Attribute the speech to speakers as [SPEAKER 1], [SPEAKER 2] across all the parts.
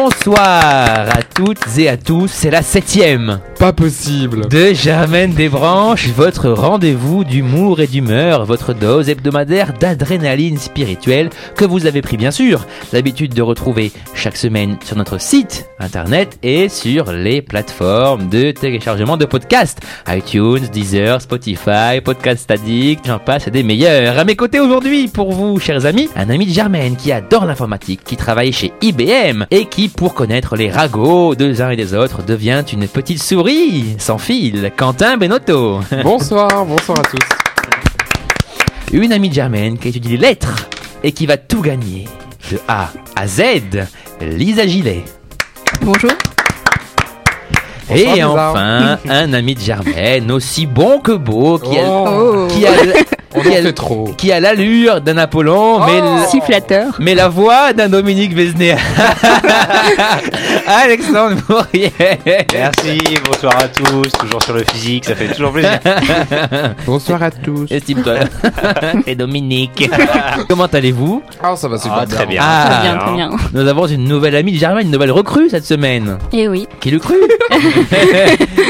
[SPEAKER 1] Bonsoir à toutes et à tous, c'est la septième
[SPEAKER 2] Pas possible.
[SPEAKER 1] de Germaine Desbranches, votre rendez-vous d'humour et d'humeur, votre dose hebdomadaire d'adrénaline spirituelle que vous avez pris bien sûr l'habitude de retrouver chaque semaine sur notre site internet et sur les plateformes de téléchargement de podcasts iTunes, Deezer, Spotify, Podcast Addict, j'en passe et des meilleurs. À mes côtés aujourd'hui pour vous chers amis, un ami de Germaine qui adore l'informatique, qui travaille chez IBM et qui pour connaître les ragots des uns et des autres devient une petite souris sans fil, Quentin Benotto.
[SPEAKER 2] Bonsoir, bonsoir à tous.
[SPEAKER 1] Une amie de Germaine qui étudie les lettres et qui va tout gagner. De A à Z, Lisa Gillet.
[SPEAKER 3] Bonjour.
[SPEAKER 2] Bonsoir,
[SPEAKER 1] et
[SPEAKER 2] Lisa.
[SPEAKER 1] enfin, un ami de Germaine, aussi bon que beau, qui a,
[SPEAKER 2] Oh.
[SPEAKER 1] qui a,
[SPEAKER 2] On en
[SPEAKER 1] qui a-
[SPEAKER 2] fait trop.
[SPEAKER 1] qui a l'allure d'un Apollon,
[SPEAKER 2] Oh.
[SPEAKER 1] mais, la-
[SPEAKER 3] Sifflateur.
[SPEAKER 1] mais la voix d'un Dominique Besnéa. Alexandre Bourrier.
[SPEAKER 4] Merci, bonsoir à tous, toujours sur le physique, ça fait toujours plaisir.
[SPEAKER 2] Bonsoir à tous.
[SPEAKER 1] Estime-toi. Et Dominique. Comment allez-vous
[SPEAKER 2] Ah, ça va super
[SPEAKER 4] Ah, très bien.
[SPEAKER 1] Ah.
[SPEAKER 3] Très bien, très bien.
[SPEAKER 1] Nous avons une nouvelle amie de Germaine, une nouvelle recrue cette semaine.
[SPEAKER 3] Et oui.
[SPEAKER 1] Qui le cru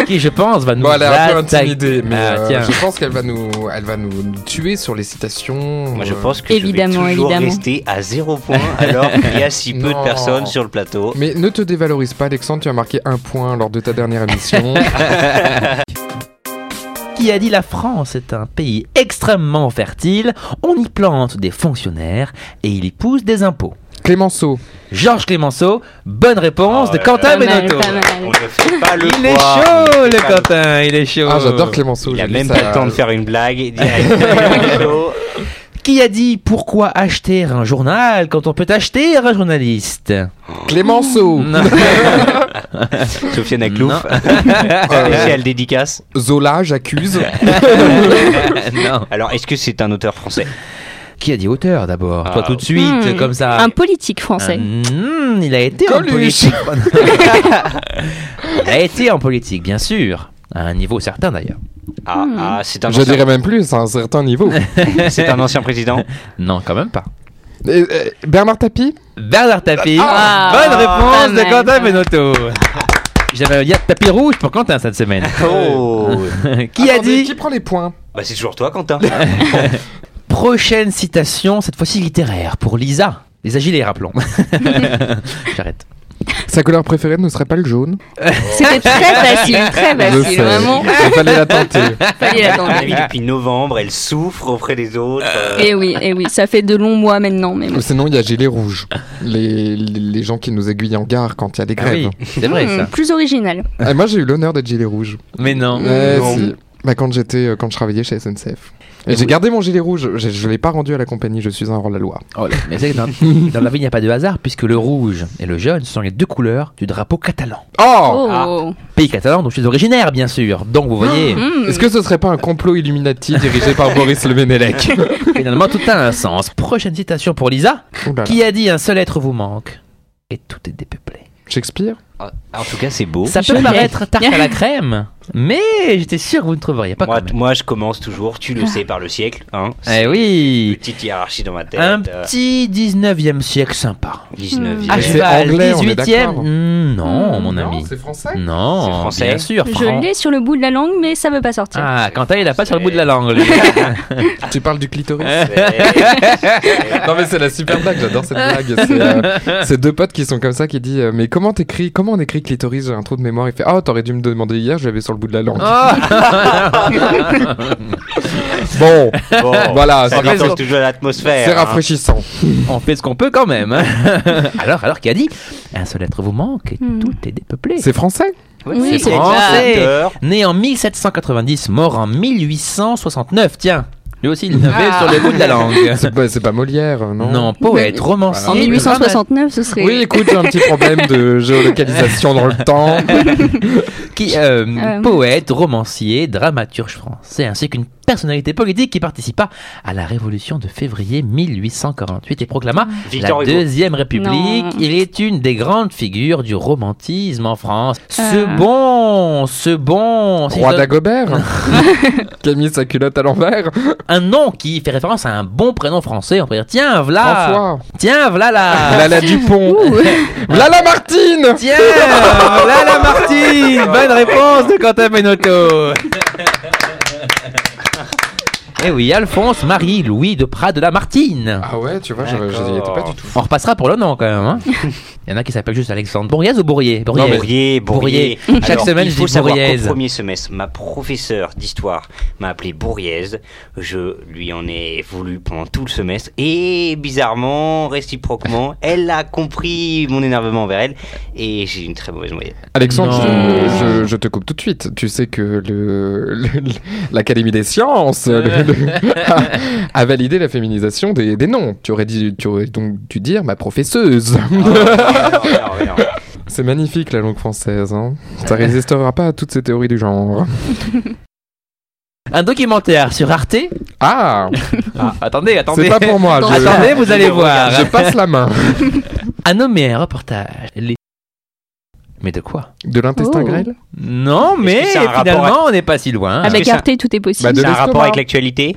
[SPEAKER 1] Qui, je pense, va nous
[SPEAKER 2] Bon, elle est un peu
[SPEAKER 1] attaquer.
[SPEAKER 2] intimidée, mais
[SPEAKER 1] Ah,
[SPEAKER 2] euh,
[SPEAKER 1] tiens.
[SPEAKER 2] je pense qu'elle va nous, elle va nous nous tuer sur les citations.
[SPEAKER 4] Moi, je
[SPEAKER 2] euh,
[SPEAKER 4] pense que je
[SPEAKER 3] Évidemment,
[SPEAKER 4] vais toujours
[SPEAKER 3] évidemment.
[SPEAKER 4] rester à zéro point alors qu'il y a si peu
[SPEAKER 2] Non.
[SPEAKER 4] de personnes sur le plateau.
[SPEAKER 2] Mais ne te dévalorise pas, Alexandre. Tu as marqué un point lors de ta dernière émission.
[SPEAKER 1] qui a dit la France est un pays extrêmement fertile, on y plante des fonctionnaires et il y pousse des impôts.
[SPEAKER 2] Clémenceau.
[SPEAKER 1] Georges Clémenceau, bonne réponse
[SPEAKER 4] Ah
[SPEAKER 1] de
[SPEAKER 4] ouais.
[SPEAKER 1] Quentin
[SPEAKER 3] Pas mal,
[SPEAKER 1] Benotto.
[SPEAKER 3] pas mal.
[SPEAKER 4] On ne fait pas le
[SPEAKER 1] Il est
[SPEAKER 4] poids,
[SPEAKER 1] chaud
[SPEAKER 4] on ne fait
[SPEAKER 1] le
[SPEAKER 4] pas
[SPEAKER 1] Quentin, il est chaud.
[SPEAKER 2] Ah, j'adore Clémenceau.
[SPEAKER 4] Euh, Il a
[SPEAKER 2] j'ai
[SPEAKER 4] même
[SPEAKER 2] lu
[SPEAKER 4] pas
[SPEAKER 2] ça.
[SPEAKER 4] le temps de faire une blague. direct.
[SPEAKER 1] Qui a dit pourquoi acheter un journal quand on peut acheter un journaliste
[SPEAKER 2] Clémenceau.
[SPEAKER 1] Non.
[SPEAKER 4] Sofiane Aklouf, Ah, spécial dédicace.
[SPEAKER 2] Euh, Zola, j'accuse.
[SPEAKER 1] Non.
[SPEAKER 4] Alors, est-ce que c'est un auteur français
[SPEAKER 1] Qui a dit auteur d'abord Toi
[SPEAKER 4] Ah.
[SPEAKER 1] tout de suite,
[SPEAKER 3] Hmm.
[SPEAKER 1] comme ça.
[SPEAKER 3] Un politique français.
[SPEAKER 1] Hum, il a été en
[SPEAKER 2] Coluche.
[SPEAKER 1] politique. il a été en politique, bien sûr. À un niveau certain d'ailleurs.
[SPEAKER 4] Ah,
[SPEAKER 3] Hmm.
[SPEAKER 4] ah, c'est un,
[SPEAKER 2] Je
[SPEAKER 4] ancien-
[SPEAKER 2] dirais même plus, à un certain niveau.
[SPEAKER 4] c'est un ancien président.
[SPEAKER 1] Non, quand même pas.
[SPEAKER 2] Et, euh, Bernard Tapie.
[SPEAKER 1] Bernard Tapie.
[SPEAKER 3] Ah.
[SPEAKER 1] Bonne réponse
[SPEAKER 3] Pas
[SPEAKER 1] de
[SPEAKER 3] mal,
[SPEAKER 1] Quentin
[SPEAKER 3] pas mal.
[SPEAKER 1] Benotto. J'avais dire tapis rouge pour Quentin cette semaine.
[SPEAKER 4] Oh.
[SPEAKER 1] Qui a
[SPEAKER 2] Attendez,
[SPEAKER 1] dit
[SPEAKER 2] Qui prend les points
[SPEAKER 4] Bah, c'est toujours toi, Quentin.
[SPEAKER 1] prochaine citation, cette fois-ci littéraire, pour Lisa. Lisa Gillet, rappelons. J'arrête.
[SPEAKER 2] Sa couleur préférée ne serait pas le jaune.
[SPEAKER 3] C'était très facile, très facile, vraiment.
[SPEAKER 2] Il fallait la tenter.
[SPEAKER 3] Fallait
[SPEAKER 4] À mon avis,
[SPEAKER 3] l'attendre.
[SPEAKER 4] depuis novembre, elle souffre auprès des autres. euh,
[SPEAKER 3] Et Eh oui, et oui, ça fait de longs mois maintenant, mais bon.
[SPEAKER 2] Sinon, il y a Gilets rouges. Les, les- les gens qui nous aiguillent en gare quand il y a des
[SPEAKER 1] Ah oui,
[SPEAKER 2] grèves.
[SPEAKER 1] c'est vrai
[SPEAKER 3] Hmm,
[SPEAKER 1] ça.
[SPEAKER 3] plus original.
[SPEAKER 2] Et moi, j'ai eu l'honneur d'être Gilet rouge.
[SPEAKER 1] Mais non.
[SPEAKER 2] Eh,
[SPEAKER 4] Non.
[SPEAKER 2] si. Bah, quand j'étais, euh, quand je travaillais chez SNCF.
[SPEAKER 1] Et
[SPEAKER 2] Et j'ai
[SPEAKER 1] vous-
[SPEAKER 2] gardé mon gilet rouge, je, je l'ai pas rendu à la compagnie, je suis un hors-la-loi.
[SPEAKER 1] Oh là, mais c'est que dans, dans la vie, il n'y a pas de hasard, puisque le rouge et le jaune sont les deux couleurs du drapeau catalan.
[SPEAKER 2] Oh,
[SPEAKER 3] Oh.
[SPEAKER 1] Pays catalan dont je suis originaire, bien sûr. Donc vous voyez,
[SPEAKER 3] Hmm.
[SPEAKER 2] Est-ce que ce serait pas un complot Illuminati dirigé par Boris Le Ménélec
[SPEAKER 1] finalement, tout a un sens. Prochaine citation pour Lisa.
[SPEAKER 2] Oula,
[SPEAKER 1] Qui a dit un seul être vous manque et tout est dépeuplé
[SPEAKER 2] Shakespeare
[SPEAKER 4] ah, En tout cas, c'est beau.
[SPEAKER 1] Ça peut
[SPEAKER 3] Joli.
[SPEAKER 1] paraître tarte à la crème, mais j'étais sûr que vous ne trouveriez pas
[SPEAKER 4] Moi,
[SPEAKER 1] quand
[SPEAKER 4] t-
[SPEAKER 1] même.
[SPEAKER 4] moi, je commence toujours, tu
[SPEAKER 3] Ah.
[SPEAKER 4] le sais, par le siècle. Hein.
[SPEAKER 1] Eh oui
[SPEAKER 4] Petite hiérarchie dans ma tête.
[SPEAKER 1] Un
[SPEAKER 4] euh,
[SPEAKER 1] petit 19e siècle sympa. Ah,
[SPEAKER 4] 19e.
[SPEAKER 1] À
[SPEAKER 2] Mais c'est
[SPEAKER 1] cheval,
[SPEAKER 2] anglais, on
[SPEAKER 1] 18e.
[SPEAKER 2] est d'accord.
[SPEAKER 1] Hmm, non, mon ami. Mmh.
[SPEAKER 2] français
[SPEAKER 1] Non,
[SPEAKER 4] C'est français.
[SPEAKER 1] bien sûr,
[SPEAKER 3] Je
[SPEAKER 1] Fran-
[SPEAKER 3] l'ai sur le bout de la langue, mais ça veut pas sortir.
[SPEAKER 1] Ah, quand elle, il a pas sur le bout de la langue. lui.
[SPEAKER 2] Tu parles du clitoris
[SPEAKER 4] C'est-
[SPEAKER 2] Non mais c'est la super blague, j'adore cette blague. C'est euh, c'est deux potes qui sont comme ça qui disent euh, mais comment t'écris comment on écrit clitoris j'ai un trou de mémoire il fait ah t'aurais dû me demander hier je l'avais sur le bout de la langue.
[SPEAKER 1] Oh,
[SPEAKER 2] Bon
[SPEAKER 4] Bon,
[SPEAKER 2] voilà Oh. c'est
[SPEAKER 4] ça
[SPEAKER 2] rafra-
[SPEAKER 4] raconte toujours l'atmosphère.
[SPEAKER 2] c'est
[SPEAKER 4] hein.
[SPEAKER 2] rafraîchissant.
[SPEAKER 1] On fait ce qu'on peut quand même. hein. alors, alors qui a dit Un seul être vous manque et
[SPEAKER 3] Hmm.
[SPEAKER 1] tout est dépeuplé.
[SPEAKER 2] C'est français
[SPEAKER 3] Oui,
[SPEAKER 4] c'est
[SPEAKER 3] c'est
[SPEAKER 1] français.
[SPEAKER 4] français. Auteur.
[SPEAKER 1] Né en 1790, mort en 1869. Tiens, lui aussi,
[SPEAKER 3] Ah.
[SPEAKER 1] il l'avait sur le bout de la langue.
[SPEAKER 2] C'est pas, c'est pas Molière euh, non
[SPEAKER 1] Non, poète, romancier.
[SPEAKER 3] En 1869, ce serait.
[SPEAKER 2] Oui écoute j'ai un petit problème de géolocalisation dans le temps.
[SPEAKER 1] Qui, euh,
[SPEAKER 3] Euh.
[SPEAKER 1] Poète, romancier, dramaturge français, ainsi qu'une personnalité politique qui participa à la révolution de février 1848 et proclama
[SPEAKER 4] Victor
[SPEAKER 1] la
[SPEAKER 4] Hugo.
[SPEAKER 1] Deuxième République.
[SPEAKER 3] Ah. Non.
[SPEAKER 1] Il est une des grandes figures du romantisme en France.
[SPEAKER 3] Euh.
[SPEAKER 1] Ce bon, ce bon, si je
[SPEAKER 2] Roi
[SPEAKER 1] dois-
[SPEAKER 2] d'Agobert qui a mis sa culotte à l'envers.
[SPEAKER 1] un nom qui fait référence à un bon prénom français. On peut dire tiens, voilà,
[SPEAKER 2] François.
[SPEAKER 1] tiens, voilà la,
[SPEAKER 2] Lala Dupont. Lala Martine
[SPEAKER 1] tiens, voilà la Martine. Bonne réponse de Quentin Benotto. Eh oui, Alphonse Marie Louis de Prade de la Martine.
[SPEAKER 2] Ah ouais, tu vois, j'aurais- j'y étais pas du tout.
[SPEAKER 1] On repassera pour le nom quand même. hein. Il y en a qui s'appellent juste Alexandre Bourriez ou Bourrier
[SPEAKER 4] Non, Bourrier, Bourrier.
[SPEAKER 1] Bourrier. Chaque
[SPEAKER 4] Alors,
[SPEAKER 1] semaine,
[SPEAKER 4] il
[SPEAKER 1] je
[SPEAKER 4] faut
[SPEAKER 1] dis
[SPEAKER 4] savoir
[SPEAKER 1] Bourriez.
[SPEAKER 4] qu'au premier semestre, ma professeure d'histoire m'a appelé Bourriez. Je lui en ai voulu pendant tout le semestre. Et bizarrement, réciproquement, elle a compris mon énervement envers elle. Et j'ai une très mauvaise moyenne.
[SPEAKER 2] Alexandre,
[SPEAKER 1] Non.
[SPEAKER 2] je, je- je te coupe tout de suite. Tu sais que le- le- l'Académie des sciences le- le- a, a validé la féminisation des, des noms. Tu aurais, dit, tu aurais donc dû dire ma professeuse. C'est magnifique la langue française. Hein. Ça résistera pas à toutes ces théories du genre.
[SPEAKER 1] Un documentaire sur Arte.
[SPEAKER 2] Ah,
[SPEAKER 1] Ah, attendez,
[SPEAKER 2] c'est
[SPEAKER 1] attendez.
[SPEAKER 2] pas pour moi. Je,
[SPEAKER 1] Attendez, vous allez voir.
[SPEAKER 2] je passe la main.
[SPEAKER 1] À nommer un reportage. Les... Mais de quoi
[SPEAKER 2] De l'intestin
[SPEAKER 3] Oh.
[SPEAKER 2] grêle
[SPEAKER 1] Non, mais
[SPEAKER 4] que c'est un
[SPEAKER 1] finalement,
[SPEAKER 4] rapport
[SPEAKER 1] on n'est pas si loin.
[SPEAKER 4] Est-ce
[SPEAKER 3] Avec
[SPEAKER 4] que ça-
[SPEAKER 3] Arte, tout est
[SPEAKER 2] Bah,
[SPEAKER 3] possible.
[SPEAKER 2] de
[SPEAKER 4] C'est un
[SPEAKER 2] l'estomac.
[SPEAKER 4] rapport avec l'actualité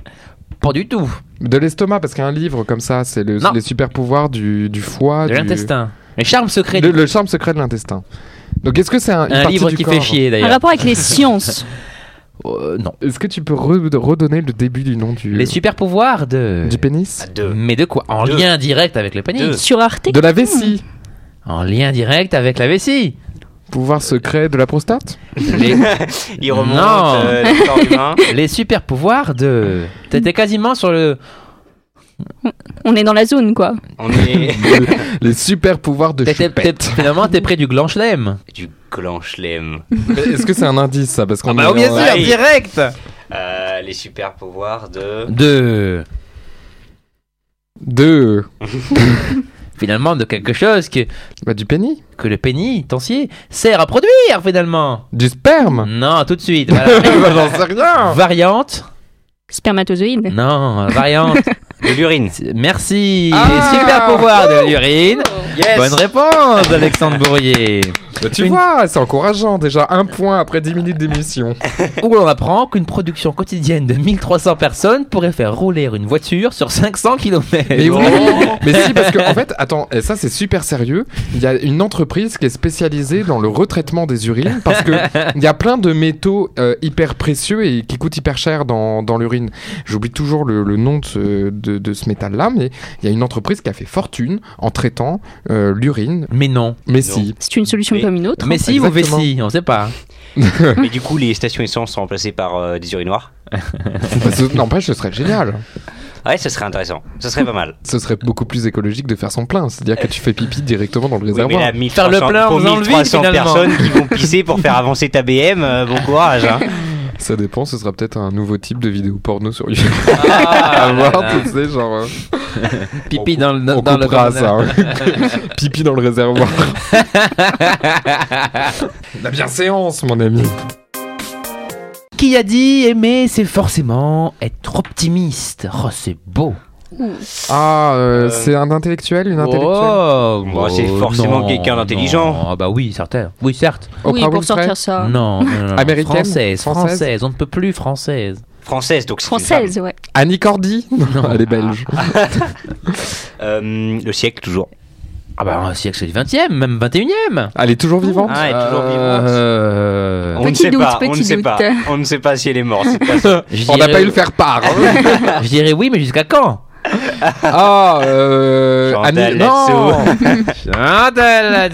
[SPEAKER 1] Pas du tout.
[SPEAKER 2] De l'estomac, parce qu'un livre comme ça, c'est le-
[SPEAKER 1] Non.
[SPEAKER 2] les super pouvoirs du, du foie.
[SPEAKER 1] de
[SPEAKER 2] Ah, du-
[SPEAKER 1] l'intestin. Les charmes secrets.
[SPEAKER 2] Le,
[SPEAKER 1] du-
[SPEAKER 2] le charme secret de l'intestin. Donc est-ce que c'est un, une
[SPEAKER 1] Un
[SPEAKER 2] partie
[SPEAKER 1] livre
[SPEAKER 2] du
[SPEAKER 1] qui
[SPEAKER 2] corps
[SPEAKER 1] fait chier
[SPEAKER 3] Un
[SPEAKER 1] d'ailleurs.
[SPEAKER 3] rapport avec les sciences.
[SPEAKER 1] Euh, non.
[SPEAKER 2] Est-ce que tu peux re- redonner le début du nom du,
[SPEAKER 1] Les super pouvoirs de.
[SPEAKER 2] du pénis
[SPEAKER 4] À deux.
[SPEAKER 1] Mais de quoi En
[SPEAKER 4] Deux.
[SPEAKER 1] lien direct avec le pénis.
[SPEAKER 4] Deux.
[SPEAKER 3] Sur Arte.
[SPEAKER 2] De la vessie
[SPEAKER 1] En lien direct avec la vessie.
[SPEAKER 2] Pouvoir secret de la prostate
[SPEAKER 1] Les,
[SPEAKER 4] Il remonte
[SPEAKER 1] Non.
[SPEAKER 4] euh, le corps humain.
[SPEAKER 1] les super pouvoirs de. T'étais quasiment sur le.
[SPEAKER 3] On est dans la zone, quoi.
[SPEAKER 4] On est
[SPEAKER 2] Les super pouvoirs de
[SPEAKER 1] T'étais,
[SPEAKER 2] choupette.
[SPEAKER 1] t'es- finalement, t'es près du gland chelem.
[SPEAKER 4] du clan Schlem.
[SPEAKER 2] Est-ce que c'est un indice ça Parce qu'on
[SPEAKER 1] Ah bah,
[SPEAKER 2] est-
[SPEAKER 4] bien
[SPEAKER 2] on-
[SPEAKER 4] sûr. Ouais.
[SPEAKER 1] direct
[SPEAKER 4] Euh, les super pouvoirs de.
[SPEAKER 1] De.
[SPEAKER 2] De...
[SPEAKER 1] Finalement, de quelque chose que,
[SPEAKER 2] Bah, du pénis
[SPEAKER 1] que le pénis, tensier, sert à produire finalement.
[SPEAKER 2] Du sperme
[SPEAKER 1] Non, tout de suite. voilà.
[SPEAKER 2] Bah, J'en sais rien
[SPEAKER 1] variante Mm.
[SPEAKER 3] Spermatozoïde.
[SPEAKER 1] Non, variante.
[SPEAKER 4] De l'urine.
[SPEAKER 1] Merci
[SPEAKER 2] Ah.
[SPEAKER 1] Les super pouvoirs de l'urine.
[SPEAKER 4] Yes.
[SPEAKER 1] Bonne réponse, Alexandre Bourrier.
[SPEAKER 2] Bah, Tu
[SPEAKER 1] Une-
[SPEAKER 2] vois, c'est encourageant déjà. Un point après 10 minutes d'émission.
[SPEAKER 1] Où l'on apprend qu'une production quotidienne de 1300 personnes pourrait faire rouler une voiture sur 500 km.
[SPEAKER 2] Mais oui Mais si, parce qu'en en fait, attends, et ça c'est super sérieux. Il y a une entreprise qui est spécialisée dans le retraitement des urines parce que il y a plein de métaux euh, hyper précieux et qui coûtent hyper cher dans, dans l'urine. J'oublie toujours le, le nom de ce, de, de ce métal-là, mais il y a une entreprise qui a fait fortune en traitant euh, l'urine.
[SPEAKER 1] Mais non.
[SPEAKER 2] Mais si.
[SPEAKER 3] C'est une solution
[SPEAKER 4] Oui.
[SPEAKER 3] comme une autre.
[SPEAKER 1] Mais si vous
[SPEAKER 2] Exactement.
[SPEAKER 1] vessie, on sait pas.
[SPEAKER 4] Mais du coup, les stations essence sont remplacées par euh, des urinoirs.
[SPEAKER 2] Bah, ce- N'empêche, ce serait génial.
[SPEAKER 4] Ouais, ce serait intéressant. Ce serait pas mal.
[SPEAKER 2] Ce serait beaucoup plus écologique de faire son plein. C'est-à-dire que tu fais pipi directement dans le
[SPEAKER 4] Oui, mais
[SPEAKER 2] réservoir.
[SPEAKER 4] là,
[SPEAKER 1] Faire
[SPEAKER 4] 1300,
[SPEAKER 1] le plein en
[SPEAKER 4] pour
[SPEAKER 1] faisant le vide,
[SPEAKER 4] 1300
[SPEAKER 1] finalement. Ah.
[SPEAKER 4] personnes qui vont pisser pour faire avancer ta BM, euh, bon courage. hein.
[SPEAKER 2] Ça dépend, ce sera peut-être un nouveau type de vidéo porno sur YouTube.
[SPEAKER 1] Ah,
[SPEAKER 2] à voir, tu sais, genre. euh,
[SPEAKER 1] Pipi dans le
[SPEAKER 2] On
[SPEAKER 1] dans le-
[SPEAKER 2] coupera ça. Pipi dans le réservoir. La bienséance, mon ami.
[SPEAKER 1] Qui a dit aimer, c'est forcément être optimiste. Oh, c'est beau.
[SPEAKER 2] Ah, euh,
[SPEAKER 4] Euh,
[SPEAKER 2] c'est un intellectuel, une intellectuelle
[SPEAKER 1] Oh,
[SPEAKER 4] Bon, c'est forcément
[SPEAKER 1] non,
[SPEAKER 4] quelqu'un d'intelligent.
[SPEAKER 1] non. Ah bah oui, certain. Oui, certes.
[SPEAKER 3] Oui,
[SPEAKER 2] Oprah
[SPEAKER 3] pour
[SPEAKER 2] Winfrey
[SPEAKER 3] sortir ça.
[SPEAKER 1] Non, non, non, non.
[SPEAKER 2] Américaine
[SPEAKER 1] française,
[SPEAKER 2] Française
[SPEAKER 1] française, on ne peut plus française.
[SPEAKER 4] Française, donc c'est une
[SPEAKER 3] Française, ouais.
[SPEAKER 2] Annie Cordy Non, elle est belge.
[SPEAKER 4] femme. Euh, le siècle, toujours.
[SPEAKER 1] Ah bah un siècle c'est du 20e, même 21e.
[SPEAKER 2] Elle est toujours vivante
[SPEAKER 4] Ah, elle est toujours vivante.
[SPEAKER 1] Euh,
[SPEAKER 4] On ne
[SPEAKER 3] Petit
[SPEAKER 4] sait
[SPEAKER 3] doute,
[SPEAKER 4] pas, on
[SPEAKER 3] petit
[SPEAKER 4] ne sait
[SPEAKER 3] doute.
[SPEAKER 4] pas. On ne sait pas si elle est morte. cette personne.
[SPEAKER 1] je
[SPEAKER 2] On n'a
[SPEAKER 1] dirais-
[SPEAKER 2] pas eu le faire part. hein.
[SPEAKER 1] Je dirais oui, mais jusqu'à quand
[SPEAKER 2] ah, euh,
[SPEAKER 4] Chantal
[SPEAKER 2] Annie. Non
[SPEAKER 4] Latsou.
[SPEAKER 1] Chantal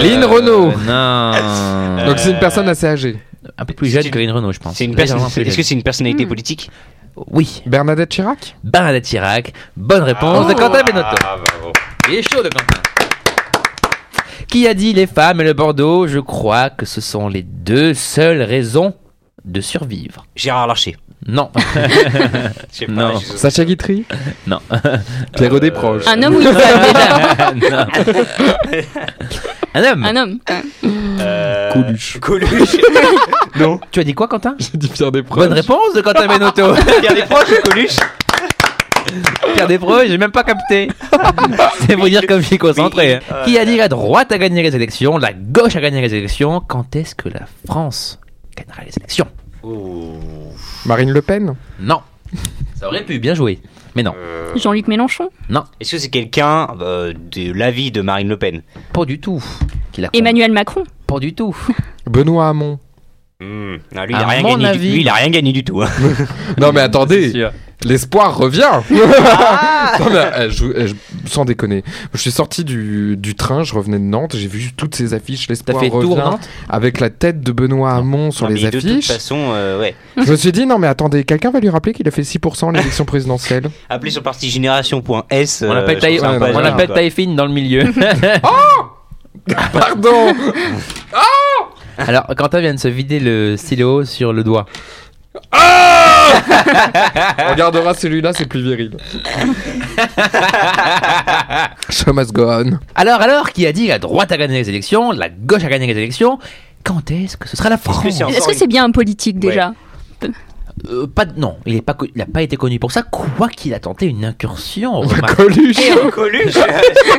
[SPEAKER 2] Lynn Renault.
[SPEAKER 1] euh, Non.
[SPEAKER 2] Donc c'est une personne assez âgée.
[SPEAKER 1] Un peu plus jeune
[SPEAKER 4] c'est
[SPEAKER 1] que
[SPEAKER 4] une-
[SPEAKER 1] Lynn Renault, je pense.
[SPEAKER 4] C'est une perso-
[SPEAKER 1] Légèrement plus
[SPEAKER 4] Est-ce que
[SPEAKER 1] jeune.
[SPEAKER 4] c'est une
[SPEAKER 3] Hmm.
[SPEAKER 4] personnalité politique
[SPEAKER 1] Oui,
[SPEAKER 2] Bernadette Chirac
[SPEAKER 1] Bernadette Chirac. Bonne réponse de Quentin Benotto.
[SPEAKER 4] Ah,
[SPEAKER 1] Il est chaud de Quentin. Qui a dit les femmes et le Bordeaux Je crois que ce sont les deux seules raisons de survivre.
[SPEAKER 4] Gérard Larcher.
[SPEAKER 1] Non.
[SPEAKER 4] Je sais pas,
[SPEAKER 1] Non.
[SPEAKER 4] je-
[SPEAKER 2] Sacha Guitry
[SPEAKER 1] Non.
[SPEAKER 2] Pierrot Desproges.
[SPEAKER 3] Un homme ou une femme déjà
[SPEAKER 1] Non. Un homme
[SPEAKER 3] Un homme, quand même.
[SPEAKER 4] Euh,
[SPEAKER 2] Coluche.
[SPEAKER 4] Coluche. non.
[SPEAKER 1] Tu as dit quoi, Quentin
[SPEAKER 2] J'ai dit Pierre Desproges.
[SPEAKER 1] Bonne réponse de Quentin Benotto
[SPEAKER 4] Pierre Desproges ou Coluche
[SPEAKER 1] Pierre Desproges, j'ai même pas capté C'est pour dire comme je suis concentré. hein.
[SPEAKER 4] Oui, euh,
[SPEAKER 1] Qui a dit la droite a gagné les élections, la gauche a gagné les élections Quand est-ce que la France gagnera les élections
[SPEAKER 4] Ouh.
[SPEAKER 2] Marine Le Pen
[SPEAKER 1] Non Ça aurait pu, bien joué. Mais non,
[SPEAKER 4] Euh,
[SPEAKER 3] Jean-Luc Mélenchon,
[SPEAKER 4] Est-ce que c'est quelqu'un euh, de l'avis de Marine Le Pen
[SPEAKER 1] pas du tout. Qui l'a
[SPEAKER 3] Emmanuel Macron,
[SPEAKER 1] Pas du tout.
[SPEAKER 2] Benoît Hamon.
[SPEAKER 4] Hmm. Non, lui, il
[SPEAKER 1] À
[SPEAKER 4] a rien
[SPEAKER 1] mon
[SPEAKER 4] gagné du-
[SPEAKER 1] avis-
[SPEAKER 4] lui, il a rien gagné du tout. hein.
[SPEAKER 2] Non mais attendez, l'espoir revient. Non, mais, euh, je- euh, je- sans déconner, je suis sorti du, du train, je revenais de Nantes, j'ai vu toutes ces affiches,
[SPEAKER 1] T'as
[SPEAKER 2] l'espoir
[SPEAKER 1] fait
[SPEAKER 2] revient,
[SPEAKER 1] tour, Nantes
[SPEAKER 2] avec la tête de Benoît Hamon sur
[SPEAKER 4] Non,
[SPEAKER 2] les
[SPEAKER 4] mais De toute
[SPEAKER 2] affiches.
[SPEAKER 4] façon, euh, ouais.
[SPEAKER 2] Je me suis dit non mais attendez, quelqu'un va lui rappeler qu'il a fait 6% à l'élection présidentielle.
[SPEAKER 4] Appelez son parti génération.s.
[SPEAKER 1] On
[SPEAKER 4] euh,
[SPEAKER 1] appelle
[SPEAKER 4] je trouve
[SPEAKER 1] taille,
[SPEAKER 4] ça un peu
[SPEAKER 1] on
[SPEAKER 2] ouais,
[SPEAKER 4] gênant,
[SPEAKER 1] appelle
[SPEAKER 4] quoi.
[SPEAKER 1] taille fine dans le milieu.
[SPEAKER 2] Oh Pardon.
[SPEAKER 1] Alors, Quentin vient de se vider le stylo sur le doigt.
[SPEAKER 2] On regardera celui-là, c'est plus viril. Show must go on.
[SPEAKER 1] Alors, alors, qui a dit la droite a gagné les élections, la gauche a gagné les élections Quand est-ce que ce sera la France
[SPEAKER 4] que c'est un-
[SPEAKER 3] est-ce que c'est bien un politique déjà
[SPEAKER 1] Euh, pas, de- Non, il n'a pas, co- il a pas été connu pour ça, quoi qu'il a tenté une incursion. remarque.
[SPEAKER 2] Coluche.
[SPEAKER 4] Eh, oh, Coluche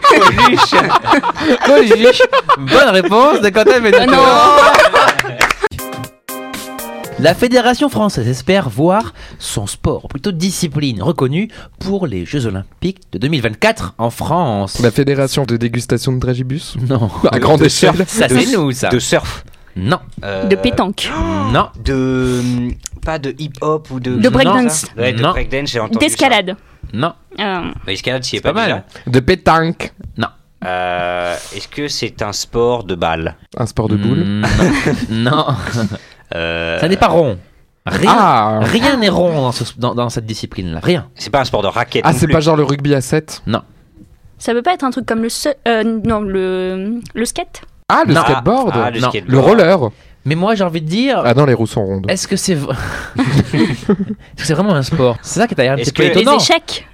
[SPEAKER 4] Coluche
[SPEAKER 1] Coluche. Bonne réponse de Quentin Benotto. La Fédération française espère voir son sport, ou plutôt discipline, reconnue pour les Jeux Olympiques de 2024 en France.
[SPEAKER 2] La fédération de dégustation de dragibus.
[SPEAKER 1] non.
[SPEAKER 2] À grande échelle.
[SPEAKER 1] Ça,
[SPEAKER 4] De-
[SPEAKER 1] c'est nous, ça.
[SPEAKER 4] De surf.
[SPEAKER 1] Non.
[SPEAKER 4] Euh,
[SPEAKER 3] De pétanque,
[SPEAKER 1] Non.
[SPEAKER 4] De. hum, Pas de hip-hop ou de.
[SPEAKER 3] de
[SPEAKER 1] non,
[SPEAKER 3] breakdance,
[SPEAKER 4] Ouais, de
[SPEAKER 1] Non.
[SPEAKER 4] breakdance, j'ai entendu.
[SPEAKER 3] d'escalade.
[SPEAKER 1] Non.
[SPEAKER 3] Euh,
[SPEAKER 4] ça. L'escalade, c'est
[SPEAKER 1] pas
[SPEAKER 4] pas,
[SPEAKER 1] mal.
[SPEAKER 4] mal.
[SPEAKER 2] De pétanque.
[SPEAKER 4] Est-ce que c'est un sport de balle
[SPEAKER 2] Un sport
[SPEAKER 4] Mmh.
[SPEAKER 2] de boule.
[SPEAKER 1] Mm, Non. Non.
[SPEAKER 4] Euh,
[SPEAKER 1] Ça n'est pas rond. Rien.
[SPEAKER 2] Ah.
[SPEAKER 1] Rien n'est rond dans, ce- dans- dans cette discipline-là. Rien.
[SPEAKER 4] C'est pas un sport de raquette.
[SPEAKER 2] Ah,
[SPEAKER 4] non
[SPEAKER 2] c'est
[SPEAKER 4] plus.
[SPEAKER 2] pas genre le rugby à 7
[SPEAKER 3] ça peut pas être un truc comme le se- euh, non le le skate
[SPEAKER 2] Ah, le
[SPEAKER 1] Non.
[SPEAKER 2] skateboard
[SPEAKER 4] Ah, le
[SPEAKER 1] Non.
[SPEAKER 4] skateboard.
[SPEAKER 2] Le roller
[SPEAKER 1] Mais moi, j'ai envie de dire,
[SPEAKER 2] Ah non, les roues sont rondes.
[SPEAKER 1] est-ce que c'est v- est-ce que c'est vraiment un sport C'est ça qui est d'ailleurs un
[SPEAKER 4] Est-ce
[SPEAKER 1] petit peu
[SPEAKER 4] que-
[SPEAKER 1] étonnant.
[SPEAKER 3] Les échecs.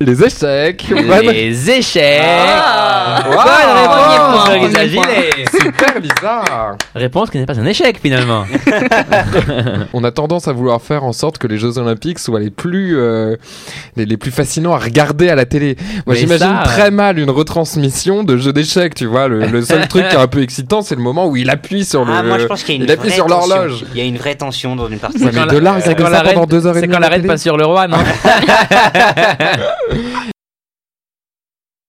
[SPEAKER 2] Les échecs Bonne-
[SPEAKER 1] Les échecs.
[SPEAKER 4] Ah.
[SPEAKER 1] Bonne
[SPEAKER 2] Wow.
[SPEAKER 1] réponse,
[SPEAKER 2] Premier
[SPEAKER 1] Lisa
[SPEAKER 2] point.
[SPEAKER 1] Gillet.
[SPEAKER 2] Super Lisa
[SPEAKER 1] Réponse qui n'est pas un échec finalement.
[SPEAKER 2] On a tendance à vouloir faire en sorte que les Jeux Olympiques soient les plus, euh, les, les plus fascinants à regarder à la télé. Moi
[SPEAKER 1] Mais
[SPEAKER 2] j'imagine
[SPEAKER 1] ça, euh.
[SPEAKER 2] très mal une retransmission de jeux d'échecs, tu vois. Le, le seul truc qui est un peu excitant, c'est le moment où il appuie sur le...
[SPEAKER 4] Ah, moi je pense qu'il y a une
[SPEAKER 2] Il appuie
[SPEAKER 4] vraie
[SPEAKER 2] sur
[SPEAKER 4] tension.
[SPEAKER 2] l'horloge.
[SPEAKER 4] Il y a une vraie tension dans une partie.
[SPEAKER 2] Ouais, mais de là, ils
[SPEAKER 1] c'est quand
[SPEAKER 2] regardent ça
[SPEAKER 1] la
[SPEAKER 2] pendant
[SPEAKER 1] reine-
[SPEAKER 2] deux heures et
[SPEAKER 1] c'est
[SPEAKER 2] demie
[SPEAKER 1] quand
[SPEAKER 2] à
[SPEAKER 1] la
[SPEAKER 2] la
[SPEAKER 1] reine
[SPEAKER 2] télé.
[SPEAKER 1] passe sur le roi, non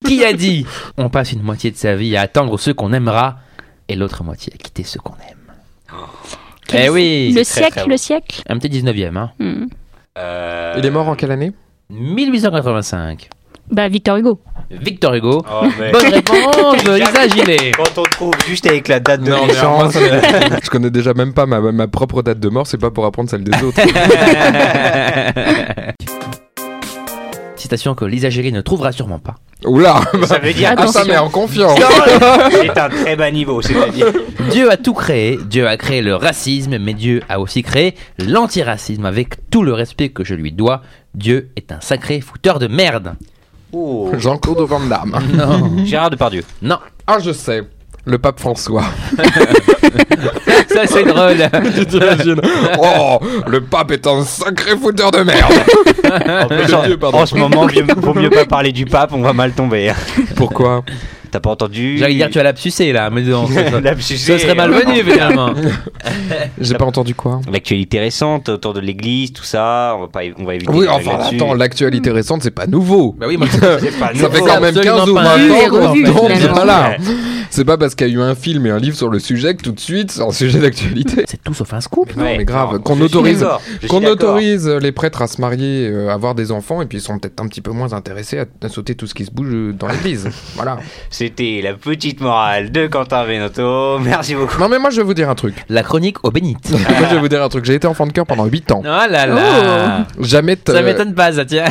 [SPEAKER 1] Qui a dit On passe une moitié de sa vie à attendre ceux qu'on aimera et l'autre moitié à quitter ceux qu'on aime. eh oui,
[SPEAKER 3] Le
[SPEAKER 4] très, très
[SPEAKER 3] siècle,
[SPEAKER 4] bon.
[SPEAKER 3] le siècle.
[SPEAKER 1] un petit 19e, hein.
[SPEAKER 3] Hmm.
[SPEAKER 4] Euh,
[SPEAKER 2] Il est mort en quelle année
[SPEAKER 1] 1885.
[SPEAKER 3] Bah Victor Hugo.
[SPEAKER 1] Victor Hugo.
[SPEAKER 4] Oh, mais-
[SPEAKER 1] Bonne réponse, Lisa Gillet.
[SPEAKER 4] Quand on trouve juste avec la date de
[SPEAKER 2] Non, mais
[SPEAKER 4] naissance.
[SPEAKER 2] alors, moi, ça- je connais déjà même pas ma, ma propre date de mort, c'est pas pour apprendre celle des autres.
[SPEAKER 1] Citation que Lisa Gillet ne trouvera sûrement pas.
[SPEAKER 2] Oula
[SPEAKER 4] Ça veut dire
[SPEAKER 2] Ah,
[SPEAKER 4] que
[SPEAKER 2] ça
[SPEAKER 3] Attention.
[SPEAKER 2] met en confiance
[SPEAKER 4] c'est un très bas niveau. C'est-à-dire.
[SPEAKER 1] Dieu a tout créé, Dieu a créé le racisme, mais Dieu a aussi créé l'antiracisme. Avec tout le respect que je lui dois, Dieu est un sacré fouteur de merde.
[SPEAKER 4] Oh.
[SPEAKER 2] Jean-Claude Van Damme.
[SPEAKER 1] Non,
[SPEAKER 4] Gérard Depardieu.
[SPEAKER 1] non,
[SPEAKER 2] Ah, je sais. Le pape François.
[SPEAKER 1] ça c'est drôle.
[SPEAKER 2] T'imagines Oh, le pape est un sacré fouteur de merde.
[SPEAKER 4] En, plus, en-
[SPEAKER 2] Dieu, pardon.
[SPEAKER 4] en ce moment, mieux, vaut mieux pas parler du pape, on va mal tomber. hein.
[SPEAKER 2] Pourquoi
[SPEAKER 4] T'as pas entendu
[SPEAKER 1] J'allais dire tu as l'absucé là, mais non, ce
[SPEAKER 4] Lapsus.
[SPEAKER 1] serait malvenu finalement.
[SPEAKER 2] J'ai pas entendu quoi.
[SPEAKER 4] L'actualité récente autour de l'église, tout ça, on va, pas, on va éviter.
[SPEAKER 2] Oui,
[SPEAKER 4] de
[SPEAKER 2] enfin,
[SPEAKER 4] là-dessus.
[SPEAKER 2] attends, l'actualité récente, c'est pas nouveau.
[SPEAKER 1] Bah oui, moi,
[SPEAKER 4] C'est
[SPEAKER 2] Ça
[SPEAKER 4] pas nouveau.
[SPEAKER 2] fait quand même
[SPEAKER 1] Absolument
[SPEAKER 2] 15 ou
[SPEAKER 1] pas
[SPEAKER 2] 20
[SPEAKER 1] vu et
[SPEAKER 2] ans qu'on
[SPEAKER 1] revu,
[SPEAKER 2] entend ce
[SPEAKER 1] finalement.
[SPEAKER 2] là
[SPEAKER 4] Ouais.
[SPEAKER 2] C'est pas parce qu'il y a eu un film et un livre sur le sujet que tout de suite c'est un sujet d'actualité.
[SPEAKER 1] C'est tout sauf un scoop.
[SPEAKER 2] Non,
[SPEAKER 4] Ouais,
[SPEAKER 2] mais grave,
[SPEAKER 4] non,
[SPEAKER 2] qu'on
[SPEAKER 4] je suis
[SPEAKER 2] autorise,
[SPEAKER 4] d'accord, je suis
[SPEAKER 2] qu'on
[SPEAKER 4] d'accord.
[SPEAKER 2] autorise les prêtres à se marier, euh, à avoir des enfants, et puis ils sont peut-être un petit peu moins intéressés à, à sauter tout ce qui se bouge euh, dans l'église. voilà.
[SPEAKER 4] C'était la petite morale de Quentin Venotto. Merci beaucoup.
[SPEAKER 2] Non, mais moi je vais vous dire un truc.
[SPEAKER 1] La chronique aux bénites.
[SPEAKER 2] moi je vais vous dire un truc. J'ai été enfant de cœur pendant 8 ans.
[SPEAKER 1] Oh là là.
[SPEAKER 2] Jamais, t- euh,
[SPEAKER 1] Ça m'étonne pas, ça tiens.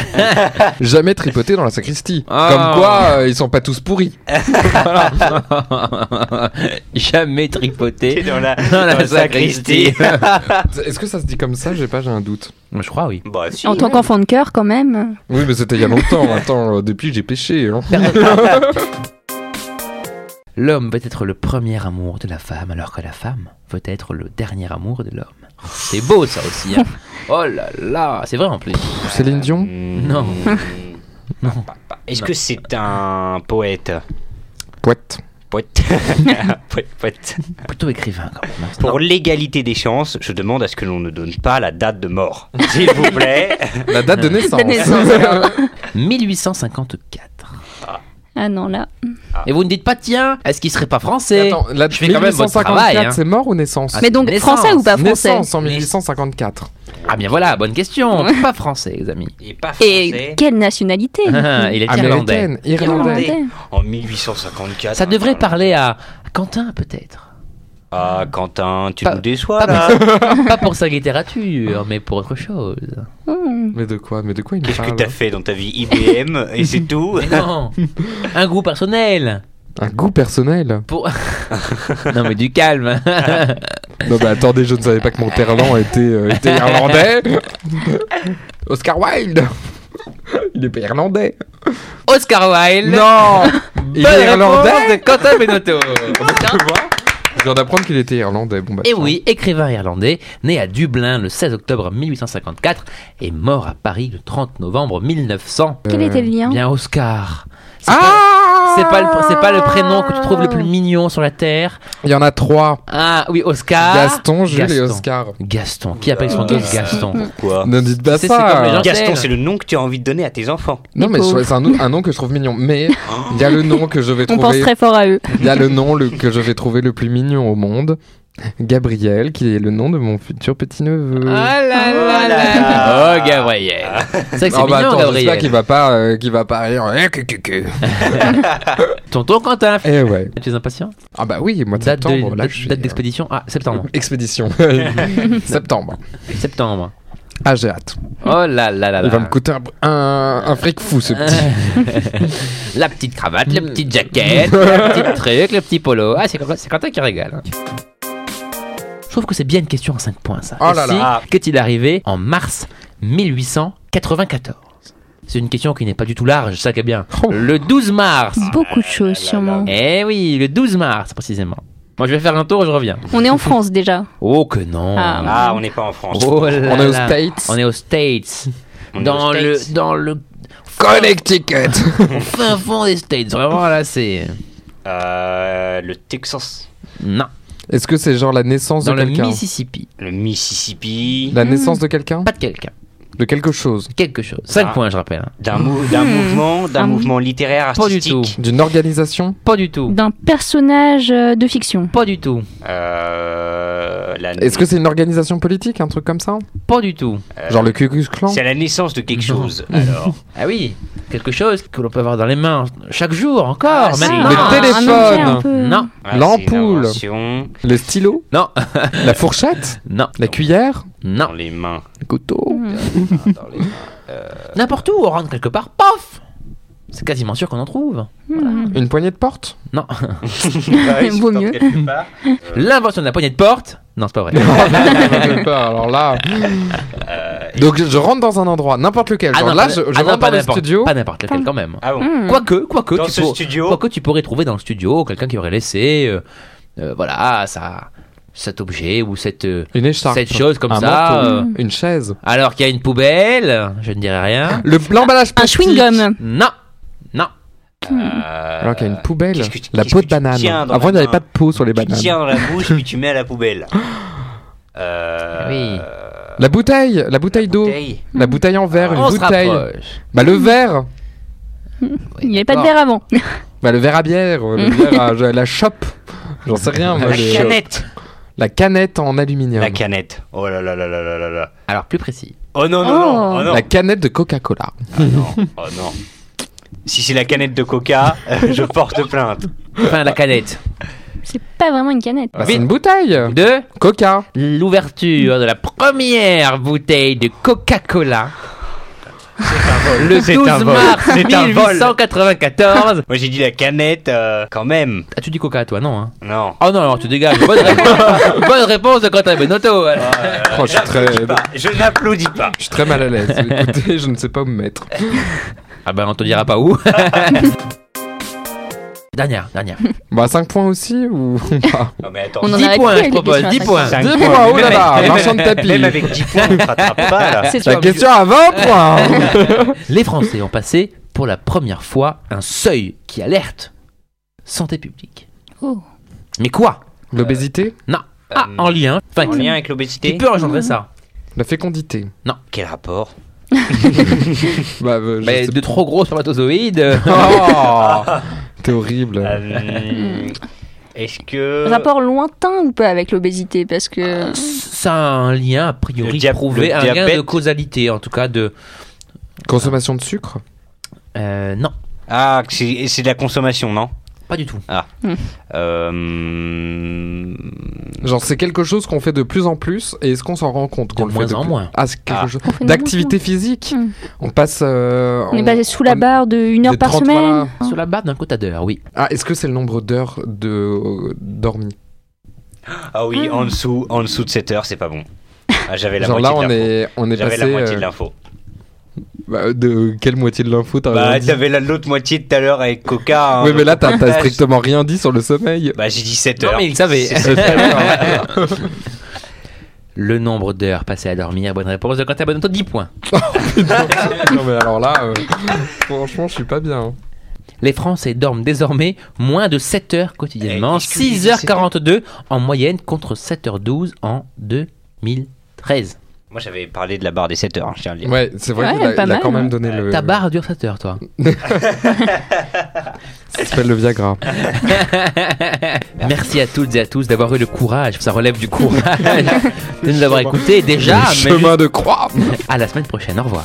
[SPEAKER 2] jamais tripoté dans la sacristie.
[SPEAKER 1] Ah.
[SPEAKER 2] Comme quoi, euh, ils sont pas tous pourris.
[SPEAKER 1] Jamais
[SPEAKER 4] T'es
[SPEAKER 1] tripoté.
[SPEAKER 4] dans la,
[SPEAKER 1] Dans la
[SPEAKER 4] sacristie.
[SPEAKER 1] sacristie.
[SPEAKER 2] Est-ce que ça se dit comme ça J'ai pas, j'ai un doute.
[SPEAKER 1] Je crois, oui.
[SPEAKER 4] Bah, si.
[SPEAKER 3] En tant qu'enfant de cœur, quand même.
[SPEAKER 2] Oui, euh, mais c'était il y a longtemps. Attends, euh, depuis j'ai péché. hein.
[SPEAKER 1] L'homme veut être le premier amour de la femme, alors que la femme veut être le dernier amour de l'homme. C'est beau ça aussi. hein. Oh là là, c'est vrai en plus.
[SPEAKER 2] Céline Dion
[SPEAKER 4] Hmm.
[SPEAKER 1] Non.
[SPEAKER 4] Non. Bah, Est-ce que c'est un poète
[SPEAKER 2] Poète.
[SPEAKER 4] Poète. poète, poète.
[SPEAKER 1] Plutôt écrivain quand même. hein.
[SPEAKER 4] Pour l'égalité des chances, je demande à ce que l'on ne donne pas la date de mort. S'il vous plaît.
[SPEAKER 2] La date de naissance.
[SPEAKER 3] naissance, alors.
[SPEAKER 1] 1854.
[SPEAKER 3] Ah non, là.
[SPEAKER 1] Et vous ne dites pas tiens, est-ce qu'il serait pas français
[SPEAKER 2] Attends, la
[SPEAKER 1] Je fais quand même votre
[SPEAKER 2] 1854,
[SPEAKER 1] travail, hein.
[SPEAKER 2] c'est mort ou naissance
[SPEAKER 1] c'est
[SPEAKER 3] Ah. Mais donc,
[SPEAKER 1] naissance.
[SPEAKER 3] français ou pas français
[SPEAKER 2] Naissance en 1854.
[SPEAKER 1] Ah bien voilà, bonne question. Pas français les amis.
[SPEAKER 4] Et pas français.
[SPEAKER 3] Et quelle nationalité
[SPEAKER 1] Ah, Il est irlandais.
[SPEAKER 2] Américaine, irlandaise.
[SPEAKER 3] Irlandais.
[SPEAKER 4] En 1854.
[SPEAKER 1] Ça devrait
[SPEAKER 4] hein,
[SPEAKER 1] parler à Quentin peut-être.
[SPEAKER 4] Ah, Quentin, tu
[SPEAKER 1] Pas-
[SPEAKER 4] nous déçois
[SPEAKER 1] pas-
[SPEAKER 4] là.
[SPEAKER 1] Pas pour sa littérature, mais pour autre chose.
[SPEAKER 3] Hmm.
[SPEAKER 2] Mais de quoi Mais de quoi il me
[SPEAKER 4] Qu'est-ce que
[SPEAKER 2] parle
[SPEAKER 4] t'as fait dans ta vie IBM et c'est tout
[SPEAKER 1] Mais non Un goût personnel
[SPEAKER 2] Un goût personnel.
[SPEAKER 1] pour... Non mais du calme
[SPEAKER 2] Non, bah attendez, je ne savais pas que mon terlan était, euh, était irlandais. Oscar Wilde. Il est pas irlandais.
[SPEAKER 1] Oscar Wilde
[SPEAKER 2] Non Il
[SPEAKER 1] Bonne
[SPEAKER 2] est
[SPEAKER 1] réponse
[SPEAKER 2] irlandais
[SPEAKER 1] de Quentin Benotto
[SPEAKER 2] Je viens d'apprendre qu'il était irlandais. Bon, bah,
[SPEAKER 1] Et
[SPEAKER 2] tiens.
[SPEAKER 1] Eh oui, écrivain irlandais, né à Dublin le 16 octobre 1854 et mort à Paris le 30 novembre 1900.
[SPEAKER 3] Quel était le lien
[SPEAKER 1] Bien Oscar C'est pas-
[SPEAKER 2] Euh, Ah
[SPEAKER 1] c'est pas, le, c'est pas le prénom que tu trouves le plus mignon sur la terre.
[SPEAKER 2] Il y en a trois.
[SPEAKER 1] Ah oui, Oscar.
[SPEAKER 2] Gaston, Jules et
[SPEAKER 1] Gaston.
[SPEAKER 2] Oscar.
[SPEAKER 1] Gaston. Qui appelle son gosse
[SPEAKER 3] Gaston.
[SPEAKER 1] Gaston
[SPEAKER 4] Pourquoi
[SPEAKER 2] Ne dites pas
[SPEAKER 1] C'est-
[SPEAKER 2] ça.
[SPEAKER 1] c'est comme les gens-
[SPEAKER 4] Gaston,
[SPEAKER 1] Marcel.
[SPEAKER 4] c'est le nom que tu as envie de donner à tes enfants.
[SPEAKER 2] Non, mais
[SPEAKER 3] Les pauvres.
[SPEAKER 2] c'est un, nom- un nom que je trouve mignon. Mais
[SPEAKER 1] Hein
[SPEAKER 2] il y a le nom que je vais
[SPEAKER 3] On pense
[SPEAKER 2] trouver.
[SPEAKER 3] très fort à eux.
[SPEAKER 2] Il y a le nom le- que je vais trouver le plus mignon au monde. Gabriel, qui est le nom de mon futur petit neveu.
[SPEAKER 1] là
[SPEAKER 4] là là.
[SPEAKER 1] Oh Gabriel C'est vrai que c'est
[SPEAKER 2] Oh,
[SPEAKER 1] mignon
[SPEAKER 2] bah, attends, j'espère
[SPEAKER 1] Gabriel
[SPEAKER 2] qu'il va pas, euh, qu'il va pas rire. Eh, que, que, que.
[SPEAKER 1] Tonton Quentin
[SPEAKER 2] Eh ouais.
[SPEAKER 1] Tu es impatient
[SPEAKER 2] Ah bah oui, mois de
[SPEAKER 1] Date de-
[SPEAKER 2] septembre. là,
[SPEAKER 1] date-
[SPEAKER 2] je suis,
[SPEAKER 1] date
[SPEAKER 2] euh,
[SPEAKER 1] d'expédition Ah, septembre.
[SPEAKER 2] Expédition. septembre.
[SPEAKER 1] septembre.
[SPEAKER 2] Ah, j'ai hâte.
[SPEAKER 1] Oh là là là
[SPEAKER 2] euh, Il va me
[SPEAKER 1] là.
[SPEAKER 2] coûter un, un, un fric fou, ce petit.
[SPEAKER 1] Euh. Ah La petite cravate, la petite jaquette, le petit truc, le petit polo. Ah, c'est Quentin- c'est Quentin qui régale. hein. Je trouve que c'est bien une question en 5 points, ça.
[SPEAKER 2] Oh là
[SPEAKER 1] Ici,
[SPEAKER 4] là.
[SPEAKER 1] Qu'est-il arrivé en mars 1894 C'est une question qui n'est pas du tout large, ça qui est bien.
[SPEAKER 2] Oh.
[SPEAKER 1] Le 12 mars.
[SPEAKER 3] Beaucoup de choses,
[SPEAKER 4] là
[SPEAKER 3] sûrement.
[SPEAKER 1] Eh oui, le 12 mars précisément. Moi, je vais faire un tour et je reviens.
[SPEAKER 3] On est en France déjà.
[SPEAKER 1] Oh que non.
[SPEAKER 3] Ah.
[SPEAKER 4] Ah, on n'est pas en France.
[SPEAKER 1] Oh là
[SPEAKER 2] On est aux
[SPEAKER 1] là.
[SPEAKER 2] States.
[SPEAKER 1] On est aux States.
[SPEAKER 4] On est
[SPEAKER 1] dans
[SPEAKER 4] aux
[SPEAKER 1] le
[SPEAKER 4] States.
[SPEAKER 1] dans le
[SPEAKER 2] Connecticut.
[SPEAKER 1] fin fond des States. Vraiment là, c'est
[SPEAKER 4] Euh, le Texas,
[SPEAKER 1] non.
[SPEAKER 2] Est-ce que c'est genre la naissance
[SPEAKER 1] Dans
[SPEAKER 2] de
[SPEAKER 1] le
[SPEAKER 2] quelqu'un
[SPEAKER 1] Mississippi,
[SPEAKER 4] le Mississippi,
[SPEAKER 2] La naissance de quelqu'un
[SPEAKER 1] pas de quelqu'un,
[SPEAKER 2] De quelque chose
[SPEAKER 1] quelque chose. 5
[SPEAKER 4] Ah.
[SPEAKER 1] points, je rappelle. hein.
[SPEAKER 4] d'un mou- d'un mouvement, d'un
[SPEAKER 3] Un mou-
[SPEAKER 4] mouvement littéraire,
[SPEAKER 1] Hmm. Pas du
[SPEAKER 4] artistique.
[SPEAKER 1] tout.
[SPEAKER 2] D'une organisation
[SPEAKER 1] Pas du tout.
[SPEAKER 3] D'un personnage euh, de fiction.
[SPEAKER 1] Pas du tout.
[SPEAKER 4] Euh, la-
[SPEAKER 2] Est-ce que c'est une organisation politique, un truc comme ça
[SPEAKER 1] Pas du tout.
[SPEAKER 4] euh,
[SPEAKER 2] Genre le Ku Klux Klan
[SPEAKER 4] c'est à la naissance de quelque
[SPEAKER 1] Non.
[SPEAKER 4] chose. Alors,
[SPEAKER 1] Ah oui, quelque chose que l'on peut avoir dans les mains chaque jour encore
[SPEAKER 4] Ah, c'est-
[SPEAKER 1] maintenant.
[SPEAKER 2] Le
[SPEAKER 3] un
[SPEAKER 2] téléphone.
[SPEAKER 3] objet un peu.
[SPEAKER 1] Non,
[SPEAKER 4] ah, c'est
[SPEAKER 2] L'ampoule.
[SPEAKER 4] une invention
[SPEAKER 2] Le stylo
[SPEAKER 1] non,
[SPEAKER 2] La fourchette
[SPEAKER 1] non,
[SPEAKER 2] La cuillère
[SPEAKER 4] Dans
[SPEAKER 1] non.
[SPEAKER 4] les mains.
[SPEAKER 2] Le couteau
[SPEAKER 3] Mmh.
[SPEAKER 4] Dans les mains.
[SPEAKER 1] N'importe où, on rentre quelque part, paf. C'est quasiment sûr qu'on en trouve.
[SPEAKER 3] Hmm.
[SPEAKER 2] Une poignée de porte
[SPEAKER 1] Non.
[SPEAKER 4] Pareil,
[SPEAKER 3] Vaut
[SPEAKER 4] c'est
[SPEAKER 3] mieux.
[SPEAKER 4] quelque part.
[SPEAKER 1] L'invention de la poignée de porte. Non, c'est pas vrai.
[SPEAKER 2] Alors là... Donc je rentre dans un endroit, n'importe lequel.
[SPEAKER 1] Ah
[SPEAKER 2] Genre
[SPEAKER 1] non,
[SPEAKER 2] là,
[SPEAKER 1] pas-
[SPEAKER 2] je, je
[SPEAKER 1] ah non,
[SPEAKER 2] rentre
[SPEAKER 1] pas
[SPEAKER 2] dans le
[SPEAKER 1] n'importe-
[SPEAKER 2] studio.
[SPEAKER 1] Pas n'importe lequel quand même.
[SPEAKER 4] Ah bon.
[SPEAKER 3] Hmm.
[SPEAKER 1] Quoique, quoique,
[SPEAKER 4] Dans
[SPEAKER 1] tu
[SPEAKER 4] ce
[SPEAKER 1] pour-
[SPEAKER 4] studio.
[SPEAKER 1] quoique tu pourrais trouver dans le studio quelqu'un qui aurait laissé, euh, euh, voilà, ça, cet objet ou cette, euh,
[SPEAKER 2] Une écharpe.
[SPEAKER 1] cette chose comme
[SPEAKER 2] Un
[SPEAKER 1] ça.
[SPEAKER 2] manteau.
[SPEAKER 1] euh,
[SPEAKER 2] Mm. Une chaise.
[SPEAKER 1] alors qu'il y a une poubelle, je ne dirais rien.
[SPEAKER 2] Le L'emballage
[SPEAKER 3] Mmh. Un
[SPEAKER 2] plastique.
[SPEAKER 3] chewing-gum.
[SPEAKER 1] Non, non.
[SPEAKER 4] Euh,
[SPEAKER 2] Hmm. Alors qu'il y a une poubelle.
[SPEAKER 4] qu'est-ce que tu-
[SPEAKER 2] La
[SPEAKER 4] qu'est-ce
[SPEAKER 2] peau
[SPEAKER 4] que
[SPEAKER 2] de
[SPEAKER 4] tu
[SPEAKER 2] banane.
[SPEAKER 4] tiens dans la
[SPEAKER 2] Avant, il n'y avait
[SPEAKER 4] main
[SPEAKER 2] pas de peau sur les
[SPEAKER 4] Tu
[SPEAKER 2] bananes.
[SPEAKER 4] tiens dans la bouche puis tu mets à la poubelle. Euh,
[SPEAKER 1] Oui.
[SPEAKER 2] La bouteille, la bouteille d'eau,
[SPEAKER 4] bouteille.
[SPEAKER 2] la bouteille en verre,
[SPEAKER 1] On
[SPEAKER 2] une
[SPEAKER 1] se
[SPEAKER 2] bouteille.
[SPEAKER 1] rapproche.
[SPEAKER 2] Bah le verre,
[SPEAKER 3] Il n'y avait pas de
[SPEAKER 1] d'accord.
[SPEAKER 3] verre avant.
[SPEAKER 2] bah le verre à bière, le verre à- la chope. J'en sais rien. moi,
[SPEAKER 4] La
[SPEAKER 2] les-
[SPEAKER 4] canette.
[SPEAKER 2] La canette en aluminium.
[SPEAKER 4] La canette. Oh là là là là là là là.
[SPEAKER 1] Alors plus précis.
[SPEAKER 4] Oh non, non, non,
[SPEAKER 3] Oh.
[SPEAKER 4] oh non.
[SPEAKER 2] La canette de Coca-Cola.
[SPEAKER 4] Ah non, oh non. Si c'est la canette de coca, euh, je porte plainte.
[SPEAKER 1] Enfin, la canette.
[SPEAKER 3] C'est pas vraiment une canette.
[SPEAKER 2] Bah,
[SPEAKER 1] Oui.
[SPEAKER 2] c'est une bouteille.
[SPEAKER 1] De
[SPEAKER 2] Coca.
[SPEAKER 4] Euh,
[SPEAKER 1] l'ouverture de la première bouteille de Coca-Cola. Le
[SPEAKER 4] C'est
[SPEAKER 1] 12
[SPEAKER 4] un vol.
[SPEAKER 1] mars
[SPEAKER 4] C'est un vol.
[SPEAKER 1] 1894.
[SPEAKER 4] Moi j'ai dit la canette euh, quand même.
[SPEAKER 1] As-tu dit Coca toi, non hein
[SPEAKER 4] Non.
[SPEAKER 1] Oh non, alors tu dégages. Bonne réponse, Bonne réponse de Quentin Benotto. alors.
[SPEAKER 2] Oh, je suis très,
[SPEAKER 4] Je
[SPEAKER 2] je
[SPEAKER 4] pas- Ah bah, Je n'applaudis pas.
[SPEAKER 2] suis très mal à l'aise. Écoutez, je ne sais pas où me mettre.
[SPEAKER 1] Ah ben, on te dira pas où. Dernière, dernière.
[SPEAKER 2] Bah 5 points aussi ou pas
[SPEAKER 4] Non, mais attends,
[SPEAKER 3] On en
[SPEAKER 1] 10
[SPEAKER 3] aurait
[SPEAKER 1] points,
[SPEAKER 3] plus,
[SPEAKER 1] je
[SPEAKER 3] les
[SPEAKER 1] propose.
[SPEAKER 3] questions à
[SPEAKER 1] 10
[SPEAKER 3] cinq
[SPEAKER 1] points.
[SPEAKER 4] points.
[SPEAKER 2] Deux points, oh là là,
[SPEAKER 1] Même-
[SPEAKER 2] marchand de
[SPEAKER 4] Même
[SPEAKER 2] tapis.
[SPEAKER 4] avec 10 points, on ne rattrape pas là.
[SPEAKER 3] C'est
[SPEAKER 2] La
[SPEAKER 1] sûr,
[SPEAKER 2] question à 20 points
[SPEAKER 1] Les Français ont passé pour la première fois un seuil qui alerte santé publique.
[SPEAKER 3] Oh.
[SPEAKER 1] Mais quoi
[SPEAKER 2] L'obésité,
[SPEAKER 1] Ah, en lien. Enfin,
[SPEAKER 4] En
[SPEAKER 1] qui-
[SPEAKER 4] lien avec
[SPEAKER 1] qui
[SPEAKER 4] l'obésité
[SPEAKER 1] peut engendrer ça
[SPEAKER 2] la fécondité.
[SPEAKER 4] Quel rapport
[SPEAKER 2] Bah, euh, je
[SPEAKER 1] Mais
[SPEAKER 2] sais
[SPEAKER 1] De trop gros spermatozoïdes. euh,
[SPEAKER 2] pas. Oh, T'es horrible.
[SPEAKER 4] Euh, Est-ce que.
[SPEAKER 3] Rapport lointain ou pas avec l'obésité Parce que.
[SPEAKER 1] Ah, ça a un lien a priori
[SPEAKER 4] Le dia-
[SPEAKER 1] prouvé,
[SPEAKER 4] le
[SPEAKER 1] un lien
[SPEAKER 4] diabète.
[SPEAKER 1] de causalité en tout cas de.
[SPEAKER 2] Consommation de sucre
[SPEAKER 1] Euh, non,
[SPEAKER 4] Ah, c'est c'est de la consommation, non
[SPEAKER 1] pas du tout.
[SPEAKER 4] Euh,
[SPEAKER 2] Genre c'est quelque chose qu'on fait de plus en plus et est-ce qu'on s'en rend compte qu'on
[SPEAKER 1] De
[SPEAKER 2] le
[SPEAKER 1] moins
[SPEAKER 2] fait
[SPEAKER 1] en
[SPEAKER 2] plus-
[SPEAKER 1] moins.
[SPEAKER 2] Ah, c'est quelque
[SPEAKER 4] Ah.
[SPEAKER 2] chose.
[SPEAKER 3] On fait de
[SPEAKER 2] D'activité physique
[SPEAKER 3] Hmm.
[SPEAKER 2] On passe. euh,
[SPEAKER 3] On est
[SPEAKER 2] en-
[SPEAKER 3] passé sous la
[SPEAKER 2] on-
[SPEAKER 3] barre de une heure
[SPEAKER 2] de
[SPEAKER 3] par
[SPEAKER 2] 30,
[SPEAKER 3] semaine. Hein.
[SPEAKER 1] Sur la barre d'un quota d'heure, oui.
[SPEAKER 2] Ah, est-ce que c'est le nombre d'heures de euh, dormi
[SPEAKER 4] Ah
[SPEAKER 1] Mm.
[SPEAKER 4] oui, en dessous, en dessous de 7 heures, c'est pas bon. Ah, j'avais la
[SPEAKER 2] Genre là,
[SPEAKER 4] moitié
[SPEAKER 2] on
[SPEAKER 4] de l'info.
[SPEAKER 2] est, on est
[SPEAKER 4] J'avais
[SPEAKER 2] passé.
[SPEAKER 4] la moitié
[SPEAKER 2] euh,
[SPEAKER 4] de l'info.
[SPEAKER 2] bah, de quelle moitié de l'info t'as
[SPEAKER 4] Bah,
[SPEAKER 2] dit
[SPEAKER 4] t'avais la- l'autre moitié de tout à l'heure avec Coca. hein,
[SPEAKER 2] euh, Oui, mais là,
[SPEAKER 4] donc-
[SPEAKER 2] t'as t'as strictement rien dit sur le sommeil.
[SPEAKER 4] Bah, j'ai dit 7
[SPEAKER 1] Non,
[SPEAKER 4] heures.
[SPEAKER 1] mais il savait.
[SPEAKER 2] D'accord.
[SPEAKER 1] Le nombre d'heures passées à dormir, bonne réponse de Quentin Bonotto, 10 points.
[SPEAKER 2] non, mais alors là, euh, franchement, je suis pas bien. hein.
[SPEAKER 1] Les Français dorment désormais moins de 7 heures quotidiennement,
[SPEAKER 4] Eh, excusez,
[SPEAKER 1] 6h42 en moyenne contre 7h12 en 2013.
[SPEAKER 4] Moi, j'avais parlé de la barre des 7 heures, hein, je tiens à le dire.
[SPEAKER 2] Ouais, c'est vrai
[SPEAKER 3] Ouais,
[SPEAKER 2] qu'il a,
[SPEAKER 3] pas
[SPEAKER 2] il a
[SPEAKER 3] mal.
[SPEAKER 2] quand même donné le.
[SPEAKER 1] Ta barre dure 7 heures, toi.
[SPEAKER 2] Ça s'appelle le Viagra.
[SPEAKER 1] Merci à toutes et à tous d'avoir eu le courage, ça relève du courage, de nous avoir écoutés déjà,
[SPEAKER 2] Le
[SPEAKER 1] mais
[SPEAKER 2] chemin de croix
[SPEAKER 1] juste- à la semaine prochaine, au revoir.